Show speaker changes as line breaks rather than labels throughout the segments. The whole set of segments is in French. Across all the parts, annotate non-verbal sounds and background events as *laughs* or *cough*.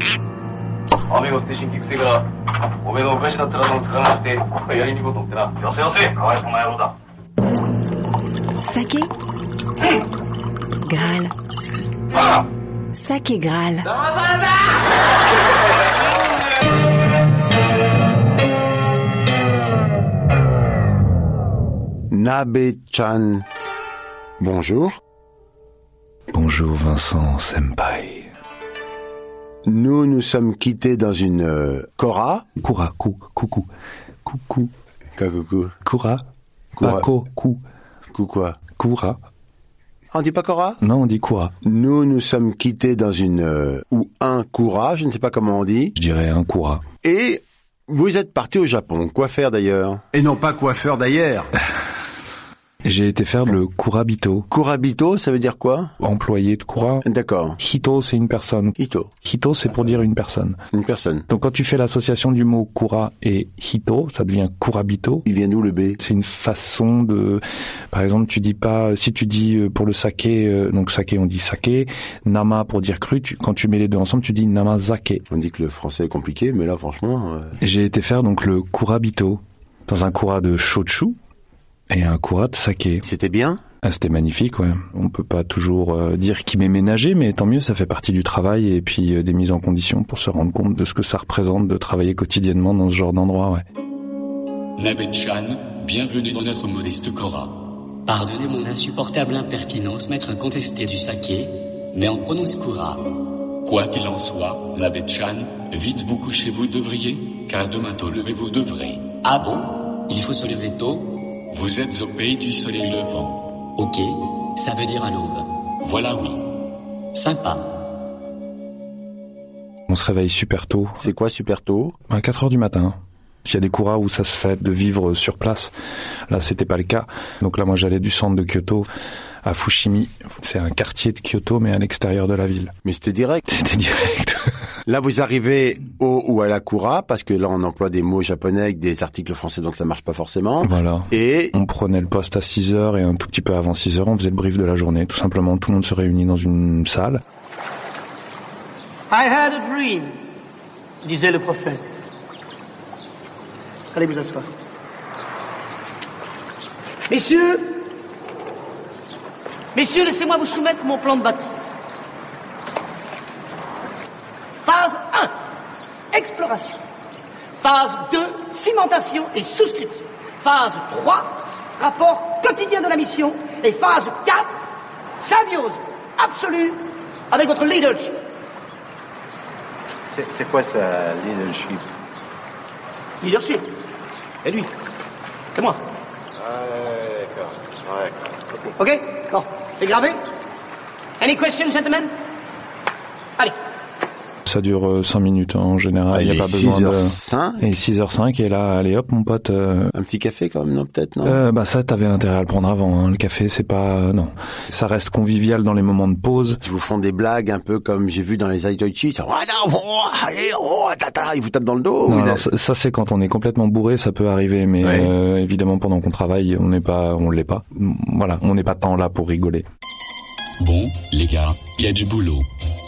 雨が降って心機くせえから、おめえが昔だったらの魚なして、今回やりに行こうと思ってな。よせよせ、かわいそうな野郎だ。
Saké Graal. Saké Graal.
Nabe-chan. Bonjour.
Bonjour Vincent Senpai.
Nous nous sommes quittés dans une euh, Kora.
Koura, kou, coucou. Coucou.
Kakuku.
Koura.
Koura.
Pas ko, kou.
Kukwa.
Koura.
On dit pas Kora
Non, on dit Koura.
Nous nous sommes quittés dans une euh, ou un Kora, je ne sais pas comment on dit.
Je dirais un Koura.
Et vous êtes parti au Japon. Quoi faire d'ailleurs Et non pas quoi faire d'ailleurs.
J'ai été faire le Kurabito.
*laughs* Kurabito, ça veut dire quoi
Employé de Koura.
D'accord.
Hito, c'est une personne.
Ito,
Hito, c'est pour dire une personne.
une personne.
Donc quand tu fais l'association du mot Koura et Hito, ça devient Kurabito.
Il vient d'où le B
C'est une façon de, par exemple, tu dis pas, si tu dis euh, pour le saké, euh, donc saké on dit saké, nama pour dire cru, tu- quand tu mets les deux ensemble, tu dis namazake.
On dit que le français est compliqué, mais là franchement... euh,
J'ai été faire donc le kurabito dans un kura de shochu et un kura de saké.
C'était bien
Ah, c'était magnifique, ouais. On peut pas toujours euh, dire qu'il m'est ménagé, mais tant mieux, ça fait partie du travail et puis euh, des mises en condition pour se rendre compte de ce que ça représente de travailler quotidiennement dans ce genre d'endroit, ouais.
Nabet Chan, bienvenue dans notre modeste Cora.
Pardonnez mon insupportable impertinence, maître incontesté du saké, mais on prononce Koura.
Quoi qu'il en soit, Nabet Chan, vite vous couchez vous devriez, car demain tôt levez vous devrez.
Ah bon Il faut se lever tôt
Vous êtes au pays du soleil levant.
Ok, ça veut dire à l'aube.
Voilà oui.
Sympa.
On se réveille super tôt,
C'est quoi super tôt
à 4 heures du matin. Il y a des kuras où ça se fait de vivre sur place. Là, c'était pas le cas. Donc là, moi, j'allais du centre de Kyoto à Fushimi. C'est un quartier de Kyoto, mais à l'extérieur de la ville. *laughs*
Mais c'était direct.
C'était direct.
Là, vous arrivez au ou à la Kura, parce que là, on emploie des mots japonais avec des articles français, donc ça marche pas forcément.
voilà.
Et
On prenait le poste à 6 heures et un tout petit peu avant 6 heures, on faisait le brief de la journée. Tout simplement, tout le monde se réunit dans une salle.
I had a dream, disait le prophète. Allez vous asseoir. Messieurs, messieurs, laissez-moi vous soumettre mon plan de bataille. Phase 1, exploration. Phase 2, cimentation et souscription. Phase 3, rapport quotidien de la mission. Et phase 4, symbiose absolue avec votre leadership.
C'est quoi ça, leadership
Leadership. Et lui. C'est moi. Ok Bon, c'est gravé Any questions, gentlemen Allez.
Ça dure 5 minutes hein, en général.
Ah,
il
il
n'y a
est
pas besoin de...
6h05.
Et 6h05 et là, allez hop, mon pote. euh,
un petit café quand même, non Peut-être non.
Euh, bah ça, t'avais intérêt à le prendre avant. hein. Le café, c'est pas euh, non. Ça reste convivial dans les moments de pause.
Ils vous font des blagues un peu comme j'ai vu dans les Aitoichi. ça, Ah, non, oh, allez, oh, tata, Ils vous tapent dans le dos.
Non,
Vous-
alors, ça, ça, c'est quand on est complètement bourré, ça peut arriver, mais
Ouais.
euh, évidemment pendant qu'on travaille, on n'est pas, on l'est pas. Mm, Voilà, on n'est pas tant là pour rigoler.
Bon, les gars, il y a du boulot.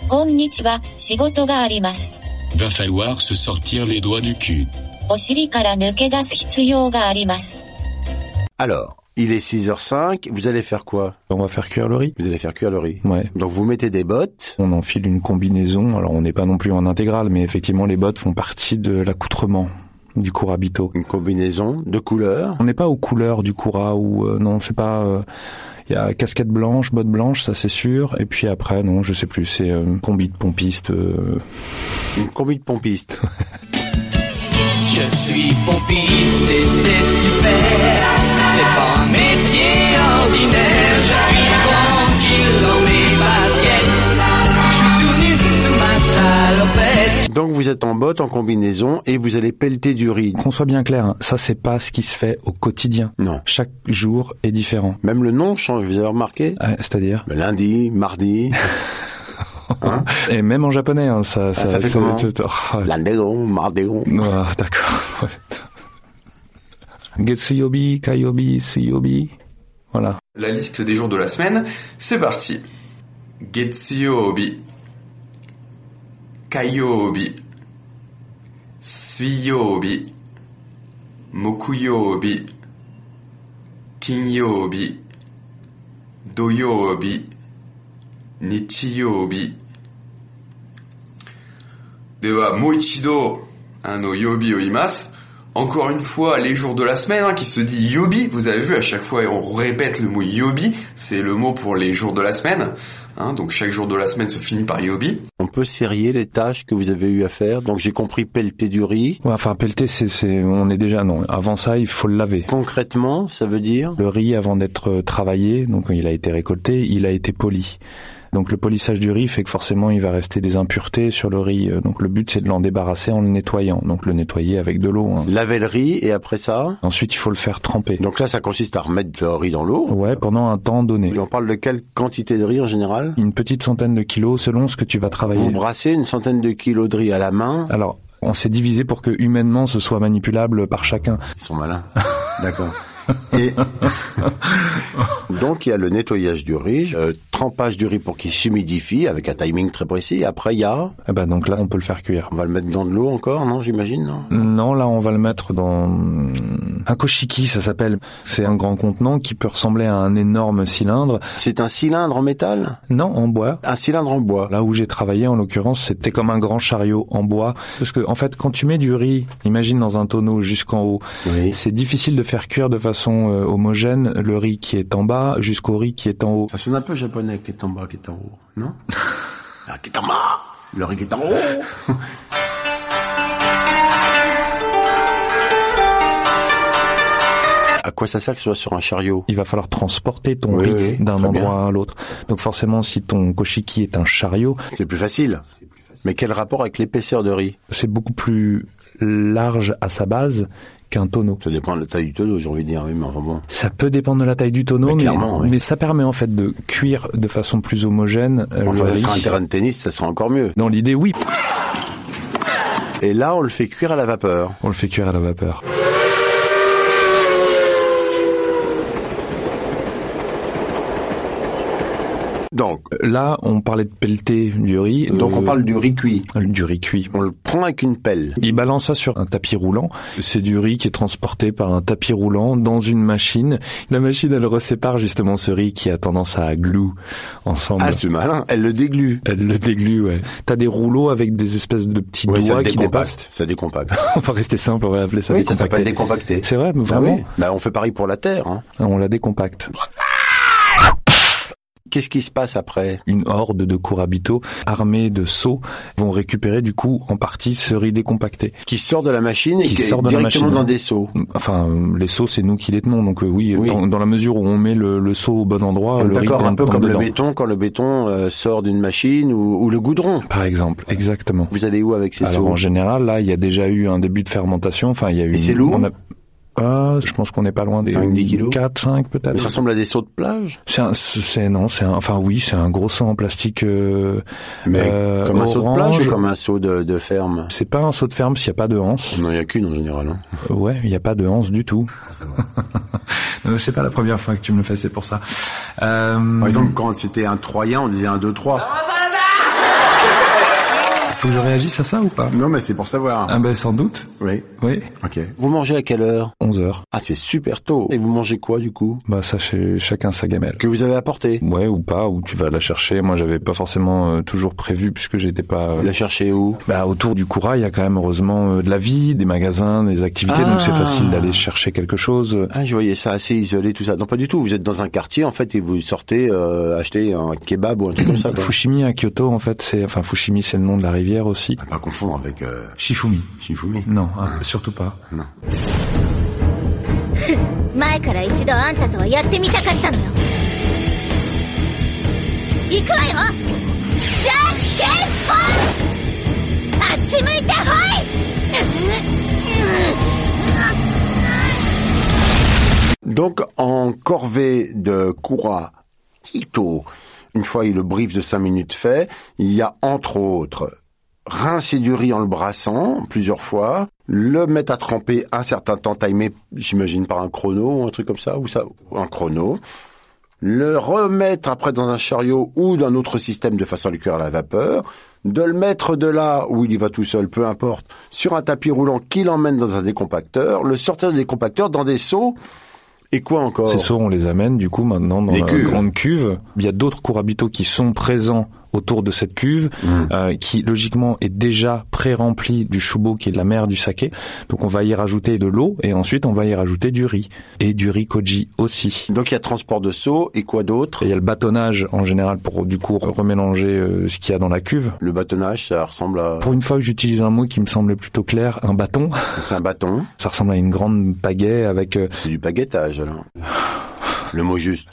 こんにちは、仕事があります。
Va falloir se sortir les doigts du cul.
お尻から抜け出す必要があります。
Alors, il est 6h05. Vous allez faire quoi
On va faire cuire le riz.
Vous allez faire cuire le riz.
Ouais.
Donc vous mettez des bottes.
On enfile une combinaison. Alors on n'est pas non plus en intégrale, mais effectivement les bottes font partie de l'accoutrement du kurabito.
Une combinaison de couleurs.
On n'est pas aux couleurs du kura ou euh, non, c'est pas. euh, Il y a casquette blanche, botte blanche, ça c'est sûr. Et puis après, non, je sais plus. C'est euh, combi de pompiste. euh,
Une combi de pompistes.
Je suis pompiste et c'est super. C'est pas un métier ordinaire. Je suis tranquille
vous êtes en botte, en combinaison, et vous allez pelleter du riz.
Qu'on soit bien clair, hein, ça c'est pas ce qui se fait au quotidien.
Non.
Chaque jour est différent.
Même le nom change, vous avez remarqué
Ouais, C'est-à-dire
Le lundi, mardi, Hein
Et même en japonais, hein, ça,
Ah, ça fait comment
tout- oh, ouais.
landéo, mardéo.
Ah, D'accord. *laughs* Getsuyobi, Kayobi, Suyobi. Voilà.
La liste des jours de la semaine, c'est parti. Getsuyobi. Kayobi. Suiyobi. Mokuyobi. Kinyobi. Doyobi. Nichiyobi. では、もう一度、あの、yobi を言います。Encore une fois, les jours de la semaine, hein, qui se dit yobi, vous avez vu, à chaque fois, on répète le mot yobi, c'est le mot pour les jours de la semaine, hein, donc chaque jour de la semaine se finit par yobi.
On peut serrer les tâches que vous avez eu à faire. Donc j'ai compris pelleter du riz.
Ouais, enfin, pelleter, c'est, c'est, on est déjà, non. Avant ça, il faut le laver.
Concrètement, ça veut dire
Le riz, avant d'être euh, travaillé, donc il a été récolté, il a été poli. Donc le polissage du riz fait que forcément il va rester des impuretés sur le riz. Euh, Donc le but c'est de l'en débarrasser en le nettoyant. Donc le nettoyer avec de l'eau. hein.
laver le riz et après ça.
Ensuite il faut le faire tremper.
Donc là, ça consiste à remettre le riz dans l'eau.
Ouais, pendant un temps donné.
Et on parle de quelle quantité de riz en général
Une petite centaine de kilos selon ce que tu vas travailler.
Vous brassez une centaine de kilos de riz à la main.
Alors on s'est divisé pour que humainement ce soit manipulable par chacun.
Ils sont malins. D'accord. Et donc il y a le nettoyage du riz, euh, trempage du riz pour qu'il s'humidifie avec un timing très précis. Après il y a,
Ah bah donc là on peut le faire cuire.
on va le mettre dans de l'eau encore, non J'imagine, non
Non, là on va le mettre dans un koshiki, ça s'appelle. C'est un grand contenant qui peut ressembler à un énorme cylindre.
C'est un cylindre en métal,
Non, en bois.
un Ah, cylindre en bois.
Là où j'ai travaillé, en l'occurrence, c'était comme un grand chariot en bois. Parce que, en fait, quand tu mets du riz, imagine dans un tonneau jusqu'en haut,
Oui.
c'est difficile de faire cuire de façon euh, homogène le riz qui est en bas jusqu'au riz qui est en haut.
Ça sonne un peu japonais, qui est en bas, qui est en haut, non Ah, qui est en bas Le riz qui est en haut À quoi ça sert que ce soit sur un chariot
Il va falloir transporter ton
Oui,
riz
oui,
d'un
très
endroit
bien.
à l'autre. Donc forcément, si ton koshiki est un chariot,
C'est plus facile. Mais quel rapport avec l'épaisseur de riz
c'est beaucoup plus large à sa base qu'un tonneau.
Ça dépend de la taille du tonneau, j'ai envie de dire, oui, mais enfin bon.
Ça peut dépendre de la taille du tonneau,
Mais
mais,
clairement, oui.
mais ça permet en fait de cuire de façon plus homogène euh,
Enfin, ça
le riz.
sera un terrain de tennis, ça sera encore mieux.
Dans l'idée, oui,
Et là, on le fait cuire à la vapeur.
on le fait cuire à la vapeur.
Donc,
Là, on parlait de pelleter du riz.
donc
Euh,
on parle du riz cuit.
du riz cuit.
On le prend avec une pelle.
Il balance ça sur un tapis roulant. C'est du riz qui est transporté par un tapis roulant dans une machine. La machine, elle resépare justement ce riz qui a tendance à glue ensemble.
Ah, c'est malin, elle le déglue.
Elle le déglue, ouais. T'as des rouleaux avec des espèces de petits
Oui, ça
doigts
le
qui dépassent. *laughs*
décompacte. Ça décompacte.
On va rester simple, on va appeler ça
Oui, ça
décompacté.
s'appelle décompacté.
C'est vrai, mais
Ah
vraiment
oui. Bah, on fait pareil pour la terre. hein.
On la décompacte.
Qu'est-ce qui se passe après
Une horde de Kurabito armés de seaux vont récupérer du coup en partie ce riz décompacté.
Qui sort de la machine et
Qui
qui, est
sort de la
directement
machine.
dans des seaux.
Enfin, euh, les seaux, c'est nous qui les tenons. Donc euh, oui,
Oui.
Dans, dans la mesure où on met le, le seau au bon endroit, Oh, le riz
D'accord, un
tombe-
peu
tombe
comme le
dedans.
béton quand le béton euh, sort d'une machine ou, ou le goudron.
Par exemple, exactement.
Vous allez où avec ces
Alors en
seaux
général, là, il y a déjà eu un début de fermentation. Enfin, il y a eu.
Et c'est lourd
on a- Ah, je pense qu'on n'est pas loin des
5-10 kilos
4, 5
Mais ça
peut-être.
ressemble à des seaux de plage,
C'est un- c'est non, c'est un- enfin oui, c'est un gros seau en plastique. euh,
mais
euh,
comme un seau de
orange.
plage ou comme un seau de, de ferme.
C'est pas un seau de ferme s'il n'y a pas de hanse.
Non, il n'y a qu'une en général. hein.
Ouais, il n'y a pas de hanse du tout. *laughs* Non, mais c'est pas la première fois que tu me le fais, c'est pour ça. Euh,
Par exemple, quand c'était un Troyen, on disait un 2-3.
faut que je réagisse à ça ou pas
Non, mais c'est pour savoir.
Ah ben sans doute.
Oui,
Oui.
ok. Vous mangez à quelle heure
11 heures.
Ah, c'est super tôt. Et vous mangez quoi du coup
Bah ça, chez chacun sa gamelle.
Que vous avez apporté
Ouais ou pas, ou tu vas la chercher. Moi, j'avais pas forcément euh, toujours prévu puisque j'étais pas. euh,
Vous la cherchez où
Bah, autour du Koura, il y a quand même heureusement euh, de la vie, des magasins, des activités,
Ah.
donc c'est facile d'aller chercher quelque chose.
Ah, je voyais ça assez isolé, tout ça. Non, pas du tout. Vous êtes dans un quartier, en fait, et vous sortez euh, acheter un kebab ou un truc comme *laughs* ça. Quoi.
Fushimi à Kyoto, en fait, c'est enfin Fushimi, c'est le nom de la rivière aussi.
À pas confondre avec euh,
Shifumi.
Shifumi.
Non, hein, surtout pas.
前から一度あんたとはやってみたかったのよ行くわよじゃんけんぽんあっち向いて
Donc, en corvée de Kura Ito, une fois le brief de 5 minutes fait, il y a entre autres rincer du riz en le brassant plusieurs fois, le mettre à tremper un certain temps timé, j'imagine par un chrono ou un truc comme ça, ou ça, ou un chrono, le remettre après dans un chariot ou dans un autre système de façon à le cuire à la vapeur, de le mettre de là où il y va tout seul, peu importe, sur un tapis roulant qui l'emmène dans un décompacteur, le sortir du décompacteur dans des seaux, et quoi encore
Ces seaux, on les amène du coup maintenant dans
Des
la
cuves.
grande cuve. Il y a d'autres courabitaux qui sont présents autour de cette cuve,
Mm.
euh, qui logiquement est déjà pré-remplie du choubo qui est de la mer du saké. Donc on va y rajouter de l'eau et ensuite on va y rajouter du riz et du riz koji aussi.
Donc il y a transport de seaux et quoi d'autre
Il y a le bâtonnage en général pour du coup remélanger euh, ce qu'il y a dans la cuve.
Le bâtonnage, ça ressemble à...
Pour une fois que j'utilise un mot qui me semblait plutôt clair, un bâton,
C'est un bâton,
ça ressemble à une grande pagaie avec euh,
c'est du baguettage alors. Le mot juste.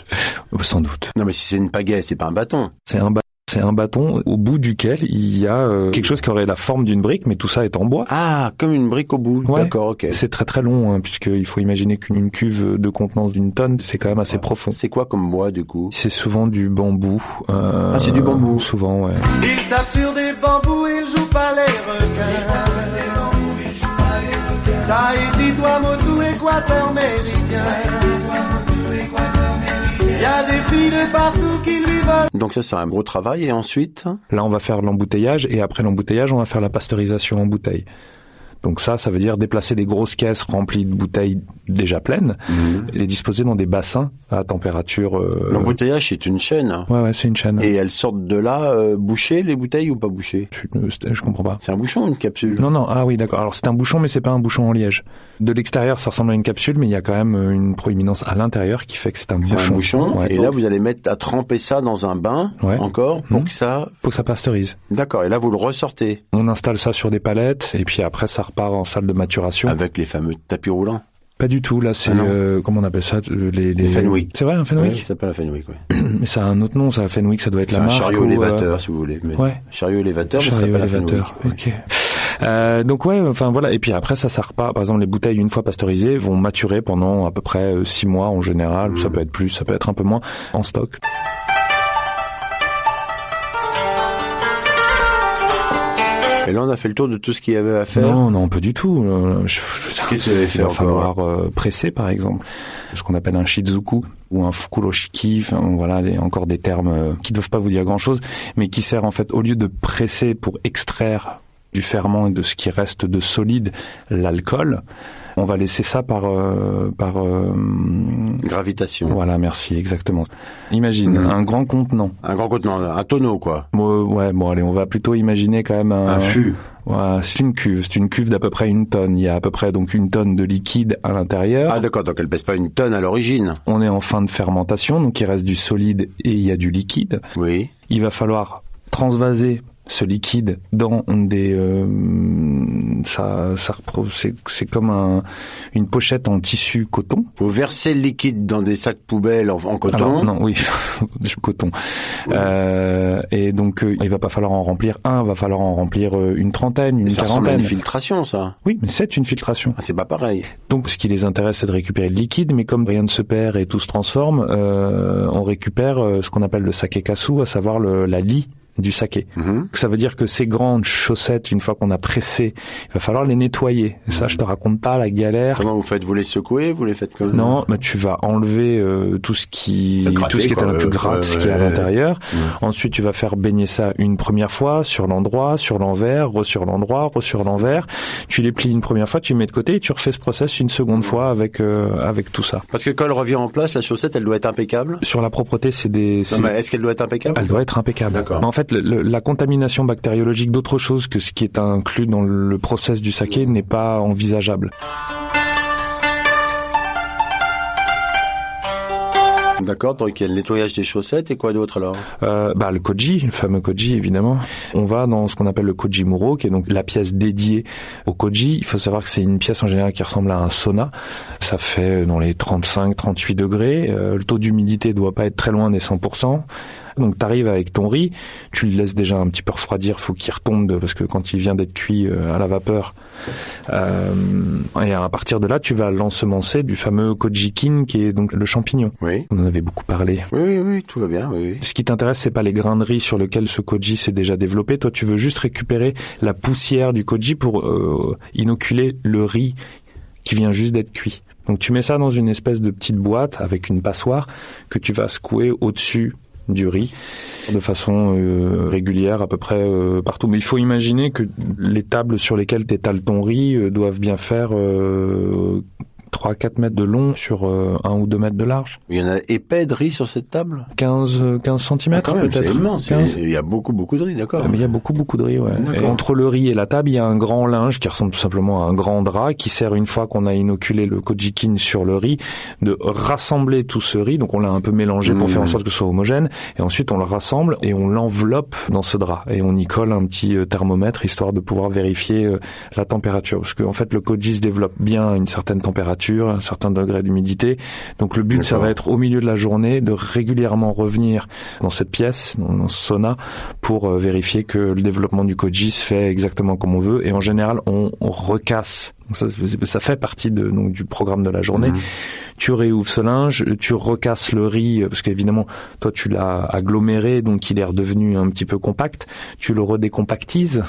sans doute.
Non mais si c'est une pagaie, c'est pas un bâton.
C'est un, ba- c'est un bâton au bout duquel il y a euh, quelque chose qui aurait la forme d'une brique, mais tout ça est en bois.
Ah, comme une brique au bout.
Ouais.
D'accord, ok.
C'est très très long, hein, puisqu'il faut imaginer qu'une cuve de contenance d'une tonne, c'est quand même assez profond.
C'est quoi comme bois du coup
C'est souvent du bambou. euh,
Ah, c'est du bambou.
Souvent, ouais.
Il tape sur des bambous, il joue pas les requins. Tahiti, Tuamotu, Équateur méridien. Il y a des filles de partout qui lui volent.
Donc ça c'est un gros travail et ensuite
Là, on va faire l'embouteillage, et après l'embouteillage, on va faire la pasteurisation en bouteille. Donc ça, ça veut dire déplacer des grosses caisses remplies de bouteilles déjà pleines
Mhm.
et les disposer dans des bassins à température. euh,
l'embouteillage c'est une chaîne. hein.
Ouais, ouais, c'est une chaîne.
Et elles sortent de là euh, bouchées les bouteilles ou pas bouchées
Je, euh, je comprends pas.
C'est un bouchon ou une capsule
Non, non, ah oui, d'accord. Alors c'est un bouchon, mais c'est pas un bouchon en liège. De l'extérieur, ça ressemble à une capsule, mais il y a quand même euh, une proéminence à l'intérieur qui fait que c'est un
C'est
bouchon.
un bouchon
Ouais.
et là vous allez mettre à tremper ça dans un bain
Ouais.
encore pour
Mhm.
que ça
Faut que ça pasteurise.
D'accord, et là vous le ressortez
On installe ça sur des palettes, et puis après ça repart en salle de maturation.
avec les fameux tapis roulants.
Pas du tout, là c'est,
Ah non.
euh, comment on appelle ça euh, Les, les...
Les Fenwick.
C'est vrai, un
Ouais,
Fenwick
ça s'appelle un Fenwick, ouais.
Mais ça a un autre nom, ça, Fenwick, ça doit être
C'est
la
un
marque.
chariot
ou, euh,
élévateur si vous voulez. mais-
ouais.
Chariot élévateur, mais ça
Chariot
s'appelle un
élévateur,
Fenwick, ouais.
ok. Euh, donc ouais, enfin voilà. Et puis après, ça sert pas. Par exemple, les bouteilles une fois pasteurisées vont maturer pendant à peu près euh, six mois en général.
Mm.
Ça peut être plus, ça peut être un peu moins en stock.
Et là on a fait le tour de tout ce qu'il y avait à faire.
Non, non, pas du tout. Euh, je- ça-
Qu'est-ce que vous avez fait
Il va
encore
falloir euh, presser, par exemple, ce qu'on appelle un shizuku ou un fukuroshiki. Enfin, voilà, les- encore des termes euh, qui ne doivent pas vous dire grand-chose, mais qui sert en fait au lieu de presser pour extraire du ferment et de ce qui reste de solide l'alcool, on va laisser ça par euh, par euh,
Gravitation.
voilà, merci, exactement. Imagine
Mhm.
un grand contenant.
Un grand contenant, un tonneau quoi.
Bon, euh, ouais, bon, allez, on va plutôt imaginer quand même
Un fût.
Ouais, c'est une cuve, c'est une cuve d'à peu près une tonne. Il y a à peu près donc une tonne de liquide à l'intérieur.
Ah d'accord, donc elle pèse pas une tonne à l'origine.
On est en fin de fermentation, donc il reste du solide et il y a du liquide.
Oui.
Il va falloir transvaser ce liquide dans des euh, ça ça repro- c'est c'est comme un, une pochette en tissu coton.
Vous versez le liquide dans des sacs poubelles en, en coton.
Alors, Ah non, oui, *laughs* du coton. Euh, et donc euh, il va pas falloir en remplir un, il va falloir en remplir euh, une trentaine, une
ça ressemble à
quarantaine.
une filtration, ça.
Oui, mais c'est une filtration.
Ah, c'est pas pareil.
Donc, ce qui les intéresse, c'est de récupérer le liquide, mais comme rien ne se perd et tout se transforme, euh, on récupère euh, ce qu'on appelle le saké kasu, à savoir le- la lie du saké.
Mhm.
Donc, Ça veut dire que ces grandes chaussettes, une fois qu'on a pressé, il va falloir les nettoyer. Et ça, je te raconte pas la galère.
Comment vous faites Vous les secouez Vous les faites comme
Non, bah, tu vas enlever euh, tout ce qui,
Euh, Le gratter,
tout ce qui est à
quoi,
l'intérieur, tu
euh,
grattes ce qui est à
ouais, ouais.
l'intérieur.
Ouais. Mm.
Ensuite, tu vas faire baigner ça une première fois sur l'endroit, sur l'envers, re sur l'endroit, re sur l'envers. Tu les plies une première fois, tu les mets de côté et tu refais ce process une seconde
Mm.
fois avec euh, avec tout ça.
Parce que quand elle revient en place, la chaussette, elle doit être impeccable.
Sur la propreté, c'est des
Non,
c'est-
mais est-ce qu'elle doit être impeccable
elle doit être impeccable.
D'accord.
Mais en fait, le- le- la contamination bactériologique d'autre chose que ce qui est inclus dans le process du saké
Mm.
n'est pas envisageable.
D'accord, donc il y a le nettoyage des chaussettes et quoi d'autre alors
Euh, bah, le koji, le fameux koji évidemment. On va dans ce qu'on appelle le koji muro, qui est donc la pièce dédiée au koji. Il faut savoir que c'est une pièce en général qui ressemble à un sauna. Ça fait euh, dans les 35-38 degrés. Euh, le taux d'humidité doit pas être très loin des 100%. Donc t'arrives avec ton riz, tu le laisses déjà un petit peu refroidir, faut qu'il retombe de, parce que quand il vient d'être cuit euh, à la vapeur, euh, et à partir de là, tu vas l'ensemencer du fameux kojikin qui est donc le champignon.
Oui.
On en avait beaucoup parlé.
Oui, oui, oui tout va bien. Oui, oui.
Ce qui t'intéresse, c'est pas les grains de riz sur lesquels ce koji s'est déjà développé. Toi, tu veux juste récupérer la poussière du koji pour euh, inoculer le riz qui vient juste d'être cuit. Donc tu mets ça dans une espèce de petite boîte avec une passoire que tu vas secouer au-dessus du riz de façon euh, régulière à peu près euh, partout. Mais il faut imaginer que les tables sur lesquelles t'étales ton riz euh, doivent bien faire 3-4 mètres de long sur 1 ou 2 mètres de large.
Il y en a épais de riz sur cette table
15, 15 cm
Ah, C'est
peut-être.
immense.
15.
Il y a beaucoup, beaucoup de riz, d'accord.
Ah, mais il y a beaucoup beaucoup de riz. Ouais.
D'accord.
Et entre le riz et la table, il y a un grand linge qui ressemble tout simplement à un grand drap qui sert une fois qu'on a inoculé le kojikin sur le riz de rassembler tout ce riz. Donc on l'a un peu mélangé pour
Mmh.
faire en sorte que ce soit homogène. Et ensuite on le rassemble et on l'enveloppe dans ce drap et on y colle un petit euh, thermomètre histoire de pouvoir vérifier euh, la température parce qu'en fait le koji se développe bien à une certaine température, à un certain degré d'humidité. Donc le but ça
D'accord.
va être au milieu de la journée de régulièrement revenir dans cette pièce, dans dans ce sauna pour euh, vérifier que le développement du koji se fait exactement comme on veut et en général on, on recasse. Donc Ça, c'est- ça fait partie de, donc, du programme de la journée. Tu réouvres ce linge, tu recasses le riz euh, parce qu'évidemment toi tu l'as aggloméré donc il est redevenu un petit peu compact. Tu le redécompactises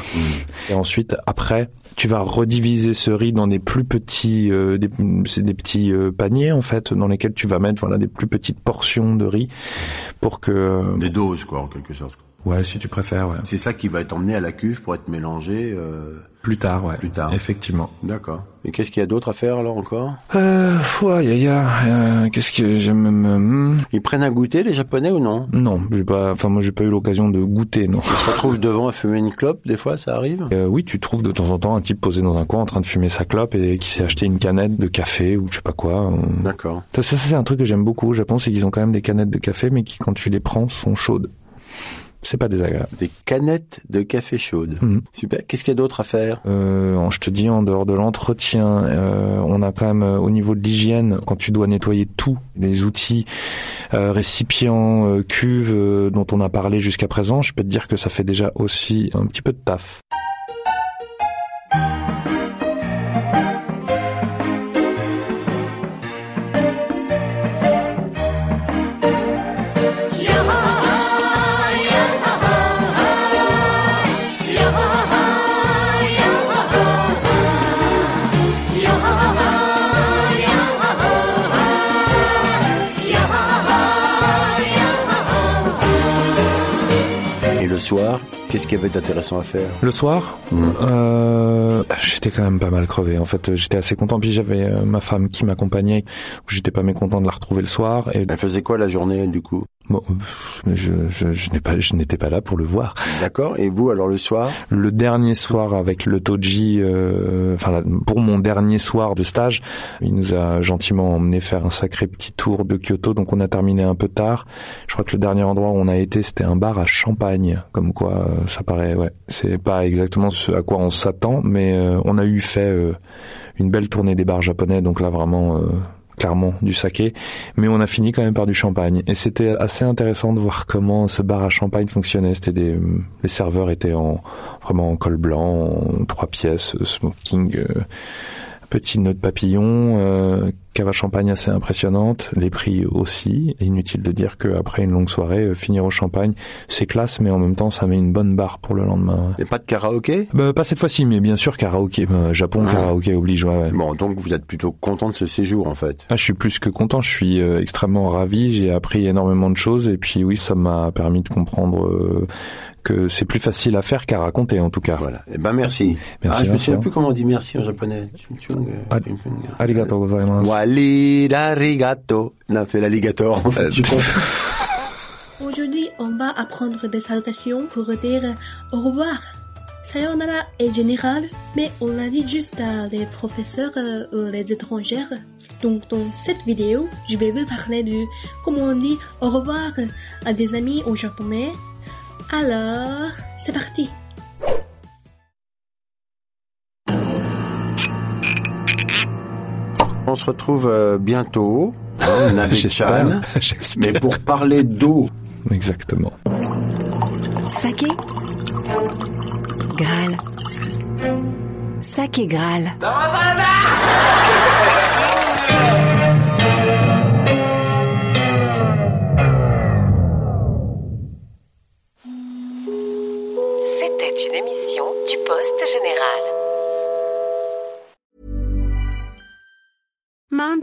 et ensuite après tu vas rediviser ce riz dans des plus petits euh, des, c'est des petits euh, paniers en fait dans lesquels tu vas mettre voilà des plus petites portions de riz pour que euh,
Des doses, quoi, en quelque sorte.
ouais si tu préfères ouais.
C'est ça qui va être emmené à la cuve pour être mélangé euh,
Plus tard, ouais.
plus tard.
Effectivement.
D'accord. Et qu'est-ce qu'il y a d'autre à faire alors encore
Euh, fouah, ya, ya, euh, qu'est-ce que j'aime... me- hmm.
Ils prennent un goûter, les Japonais, ou non
Non, j'ai pas, enfin moi j'ai pas eu l'occasion de goûter, non.
Ils se retrouvent devant à fumer une clope, des fois, ça arrive
Euh, oui, tu trouves de temps en temps un type posé dans un coin en train de fumer sa clope et qui s'est acheté une canette de café ou je sais pas quoi. On-
D'accord.
Ça, ça, c'est un truc que j'aime beaucoup au Japon, c'est qu'ils ont quand même des canettes de café, mais qui quand tu les prends sont chaudes. C'est pas désagréable.
Des canettes de café chaude.
Mhm.
Super. Qu'est-ce qu'il y a d'autre à faire
Euh, en- je te dis, en dehors de l'entretien, euh, on a quand même euh, au niveau de l'hygiène, quand tu dois nettoyer tout, les outils, euh, récipients, euh, cuves euh, dont on a parlé jusqu'à présent, je peux te dire que ça fait déjà aussi un petit peu de taf.
Et le soir, qu'est-ce qu'il y avait d'intéressant à faire
Le soir, euh, j'étais quand même pas mal crevé. En fait, j'étais assez content. Puis j'avais euh, ma femme qui m'accompagnait. J'étais pas mécontent de la retrouver le soir. Et
Elle faisait quoi la journée, du coup
bon, pff, je, je, je n'ai pas, je n'étais pas là pour le voir.
D'accord. Et vous, alors, le soir
le dernier soir avec le Toji, euh, enfin la- pour mon dernier soir de stage, il nous a gentiment emmené faire un sacré petit tour de Kyoto, donc on a terminé un peu tard. Je crois que le dernier endroit où on a été, c'était un bar à champagne, comme quoi euh, ça paraît, ouais, c'est pas exactement ce à quoi on s'attend, mais euh, on a eu fait euh, une belle tournée des bars japonais, donc là vraiment. euh, clairement du saké, mais on a fini quand même par du champagne. Et c'était assez intéressant de voir comment ce bar à champagne fonctionnait. C'était des, les serveurs étaient en, vraiment en col blanc, en trois pièces, euh, smoking, euh, petit nœud de papillon, euh, cave à champagne assez impressionnante, les prix aussi. Inutile de dire qu'après une longue soirée, euh, finir au champagne, c'est classe, mais en même temps, ça met une bonne barre pour le lendemain.
Et pas de karaoké
Bah, pas cette fois-ci, mais bien sûr, karaoké, bah, Japon,
Ah.
karaoké oblige, ouais, ouais.
Bon, donc vous êtes plutôt content de ce séjour, en fait.
Ah, je suis plus que content, je suis euh, extrêmement ravi, j'ai appris énormément de choses et puis oui, ça m'a permis de comprendre euh, que c'est plus facile à faire qu'à raconter en tout cas.
Voilà. Eh ben, merci.
Merci,
ah, je me souviens
Vincent.
plus comment on dit merci en japonais. Chun-chung, euh,
Ah,
ping-pong.
Arigato gozaimasu.
Walidarigato. Non, c'est l'alligator, en fait.
Euh,
Je comprends.
Aujourd'hui, on va apprendre des salutations pour dire au revoir. Sayonara est général, mais on la dit juste à les professeurs euh, ou les étrangères. Donc, dans cette vidéo, je vais vous parler de comment on dit au revoir à des amis au japonais. Alors, c'est parti!
On se retrouve euh, bientôt, hein,
*laughs* J'espère.
Nabe-chan.
J'espère.
mais pour parler d'eau
Exactement.
Saké Graal. Saké Graal.
C'était une émission du Poste Général.
Mom